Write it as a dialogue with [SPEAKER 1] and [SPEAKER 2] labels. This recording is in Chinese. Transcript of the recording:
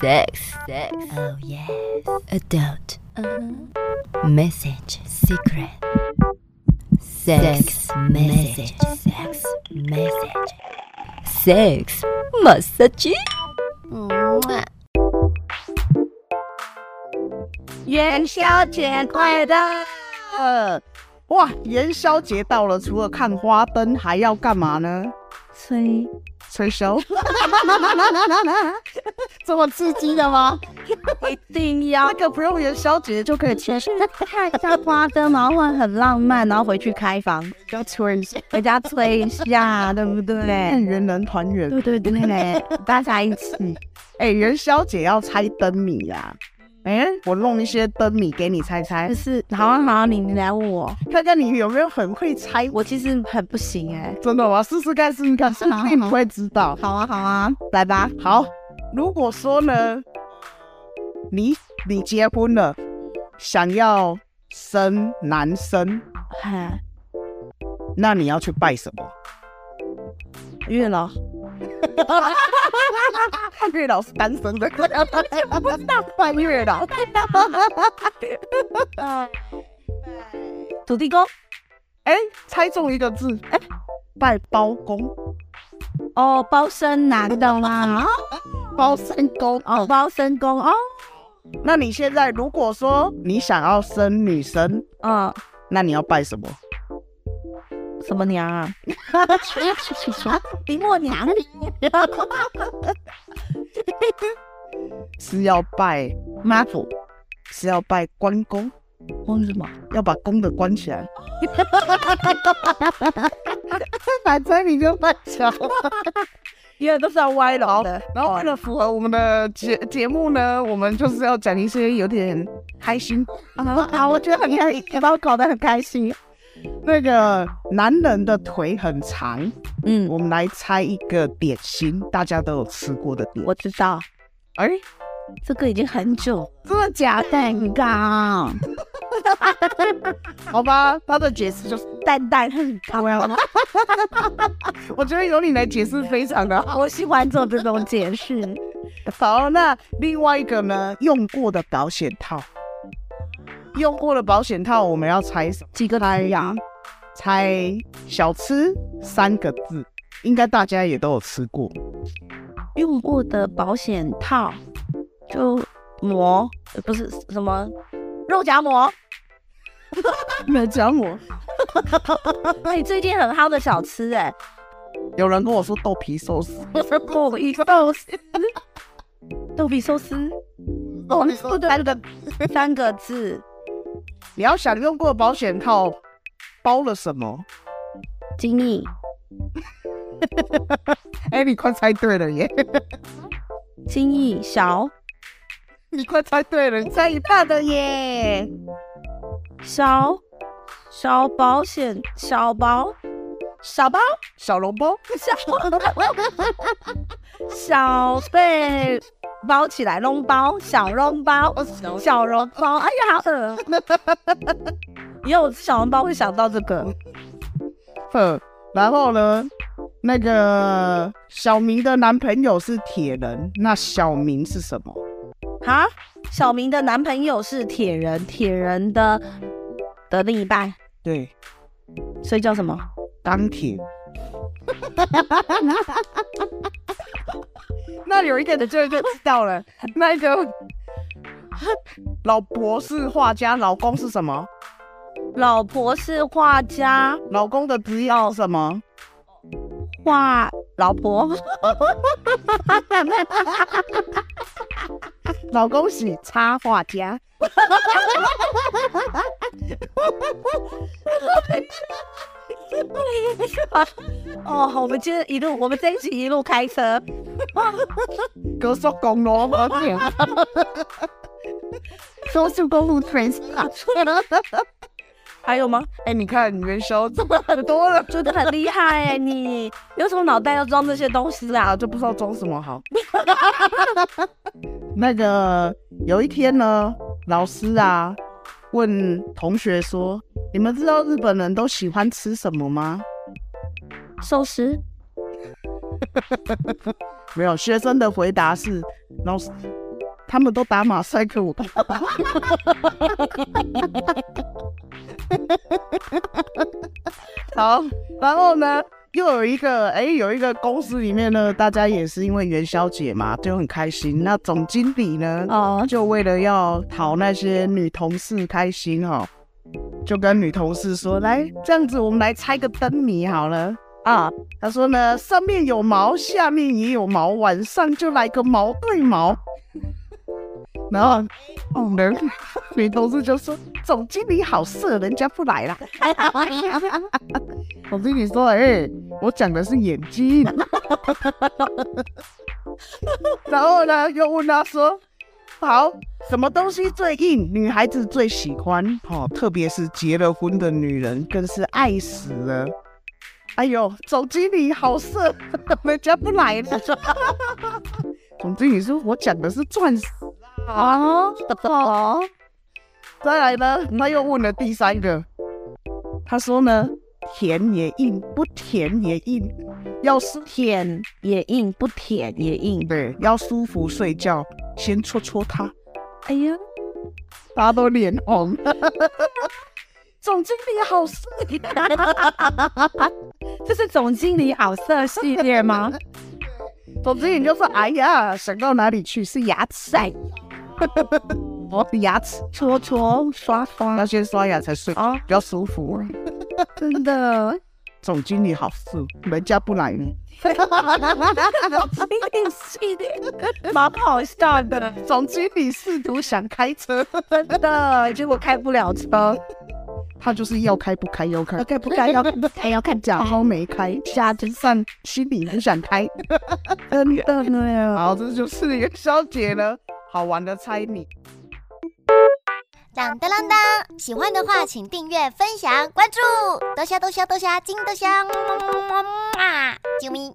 [SPEAKER 1] Sex, sex, oh yes. Adult,
[SPEAKER 2] Uh-huh.
[SPEAKER 1] message, secret. Sex, message, sex, message. Sex, massage.
[SPEAKER 2] 元宵节快乐！
[SPEAKER 3] 呃哇，元宵节到了，除了看花灯，还要干嘛呢？
[SPEAKER 2] 吹
[SPEAKER 3] 催收？
[SPEAKER 2] 这么刺激的吗？一定要
[SPEAKER 3] 那个不用元宵节就可以切，
[SPEAKER 2] 看一下花灯，然后会很浪漫，然后回去开房，
[SPEAKER 3] 要催一下，
[SPEAKER 2] 回家吹一下，对不对？
[SPEAKER 3] 人能团圆。
[SPEAKER 2] 对对对嘞，大家一起。
[SPEAKER 3] 哎、元宵节要猜灯谜啦。哎、我弄一些灯谜给你猜猜
[SPEAKER 2] 就，是，好啊好啊，你你来问我，
[SPEAKER 3] 看看你有没有很会猜。
[SPEAKER 2] 我其实很不行哎、
[SPEAKER 3] 真的，我要试试看，试试看，是不是你会知道？
[SPEAKER 2] 啊好啊好啊，来吧。
[SPEAKER 3] 好，如果说呢，你你结婚了，想要生男生，
[SPEAKER 2] 嗨，
[SPEAKER 3] 那你要去拜什么？
[SPEAKER 2] 月老，
[SPEAKER 3] 月老是单身的，我大拜月老。
[SPEAKER 2] 土地公，
[SPEAKER 3] 哎，猜中一个字，哎，拜包公，
[SPEAKER 2] 哦，包身男的啦，
[SPEAKER 3] 包身公。
[SPEAKER 2] 哦，包身公哦，
[SPEAKER 3] 那你现在如果说你想要生女生，
[SPEAKER 2] 嗯，
[SPEAKER 3] 那你要拜什么？
[SPEAKER 2] 什么娘啊？林默娘，
[SPEAKER 3] 是要拜妈祖，是要拜关公，
[SPEAKER 2] 问什么？
[SPEAKER 3] 要把公的关起来。反正你就拜小。
[SPEAKER 2] 因为都是要歪
[SPEAKER 3] 好
[SPEAKER 2] 楼的，，
[SPEAKER 3] 然后为了符合我们的节节目呢，我们就是要讲一些有点开心。
[SPEAKER 2] 啊啊，我觉得很开心，把我搞得很开心。
[SPEAKER 3] 那个男人的腿很长，
[SPEAKER 2] 嗯，
[SPEAKER 3] 我们来猜一个点心，大家都有吃过的点。
[SPEAKER 2] 我知道，
[SPEAKER 3] 哎，
[SPEAKER 2] 这个已经很久，
[SPEAKER 3] 真的假
[SPEAKER 2] 假蛋糕，
[SPEAKER 3] 的？好吧，他的解释就是，
[SPEAKER 2] 蛋蛋很高。啊
[SPEAKER 3] 我觉得由你来解释非常的好。
[SPEAKER 2] 我喜欢做这种解释，
[SPEAKER 3] 好，那另外一个呢？用过的保险套，用过的保险套，我们要猜什么？
[SPEAKER 2] 几个来呀？
[SPEAKER 3] 猜小吃三个字，应该大家也都有吃过。
[SPEAKER 2] 用过的保险套，就膜，呃不是什么肉夹馍。
[SPEAKER 3] 没讲我，
[SPEAKER 2] 哎，最近很夯的小吃哎、
[SPEAKER 3] 有人跟我说豆皮寿司，
[SPEAKER 2] 豆皮寿司， 豆皮寿司，哦
[SPEAKER 3] 豆皮寿
[SPEAKER 2] 三个三个字，
[SPEAKER 3] 你要想用过的保险套包了什么？
[SPEAKER 2] 精密
[SPEAKER 3] 哎、你快猜对了耶！
[SPEAKER 2] 精益小
[SPEAKER 3] 你快猜对了，你猜一半了耶！
[SPEAKER 2] 小小保险小包小包
[SPEAKER 3] 小笼包，
[SPEAKER 2] 小被包起来笼包小笼包小笼包，哎呀好恶！ 以后我吃小笼包会想到这个
[SPEAKER 3] 哼，然后呢，那个小明的男朋友是铁人，那小明是什么？
[SPEAKER 2] 哈。小明的男朋友是铁人，铁人的的另一半，
[SPEAKER 3] 对，
[SPEAKER 2] 所以叫什么？
[SPEAKER 3] 钢铁。 那有一个的就就知道了，那个 老婆是画家，老公是什么？
[SPEAKER 2] 老婆是画家，
[SPEAKER 3] 老公的职业是什么？
[SPEAKER 2] 画老婆，
[SPEAKER 3] 老公是插画家。
[SPEAKER 2] 哦，我们今天一路，我们这一集一路开车，
[SPEAKER 3] 高速公路，
[SPEAKER 2] 高速公 路 t r a n 还有吗？
[SPEAKER 3] 哎、你看元宵这么很多了，
[SPEAKER 2] 觉得很厉害、欸，你有什么脑袋要装这些东西啦？
[SPEAKER 3] 啊就不知道装什么好。 那个有一天呢，老师啊问同学说：“你们知道日本人都喜欢吃什么吗
[SPEAKER 2] 寿司，？”
[SPEAKER 3] 没有学生的回答是老师，他们都打马赛克，我干嘛打？ 好，然后呢，又有一个，哎、有一个公司里面呢，大家也是因为元宵节嘛，就很开心。那总经理呢，
[SPEAKER 2] 哦，
[SPEAKER 3] 就为了要讨那些女同事开心哈、就跟女同事说，来这样子，我们来猜个灯谜好了。
[SPEAKER 2] 啊，
[SPEAKER 3] 他说呢，上面有毛，下面也有毛，晚上就来个毛对毛。然后，哦，人女同事就说：“总经理好色，人家不来啦。”总经理说：“哎、我讲的是眼睛。” 然后呢，又问他说：“好，什么东西最硬？女孩子最喜欢哦，特别是结了婚的女人，更是爱死了。”哎呦，总经理好色，人家不来了。总经理说：“我讲的是钻石。”
[SPEAKER 2] 啊，哦，
[SPEAKER 3] 再来呢，他又问了第三个，他说呢，甜也硬，不甜也硬，要舒
[SPEAKER 2] 舔也硬，不舔也硬。
[SPEAKER 3] 对，要舒服睡觉，先戳戳他，
[SPEAKER 2] 哎呀，
[SPEAKER 3] 大家都脸红。 总经理好色，
[SPEAKER 2] 这是总经理好色系列吗？
[SPEAKER 3] 总经理就说：“哎呀，想到哪里去？是牙 齿，哎我的牙齿，
[SPEAKER 2] 戳戳刷
[SPEAKER 3] 要
[SPEAKER 2] 刷，
[SPEAKER 3] 先刷牙 才睡，
[SPEAKER 2] 啊
[SPEAKER 3] 比较舒服。”
[SPEAKER 2] 真的，
[SPEAKER 3] 总经理好色，人家不来呢。
[SPEAKER 2] 总经理系列蛮好笑的，
[SPEAKER 3] 总经理试图想开车，
[SPEAKER 2] 真的，结果开不了车，
[SPEAKER 3] 他就是要开不开，要开
[SPEAKER 2] 要开不开，要开不开，要看
[SPEAKER 3] 假
[SPEAKER 2] 假，
[SPEAKER 3] 装没开，下真上心里很想 开。
[SPEAKER 2] 真的呢。
[SPEAKER 3] 好，这就是元宵节了，好玩的猜谜。
[SPEAKER 4] 当当当当！喜欢的话，请订阅、分享、关注，多虾多虾多虾，金多虾，么么么么么啊！啾咪。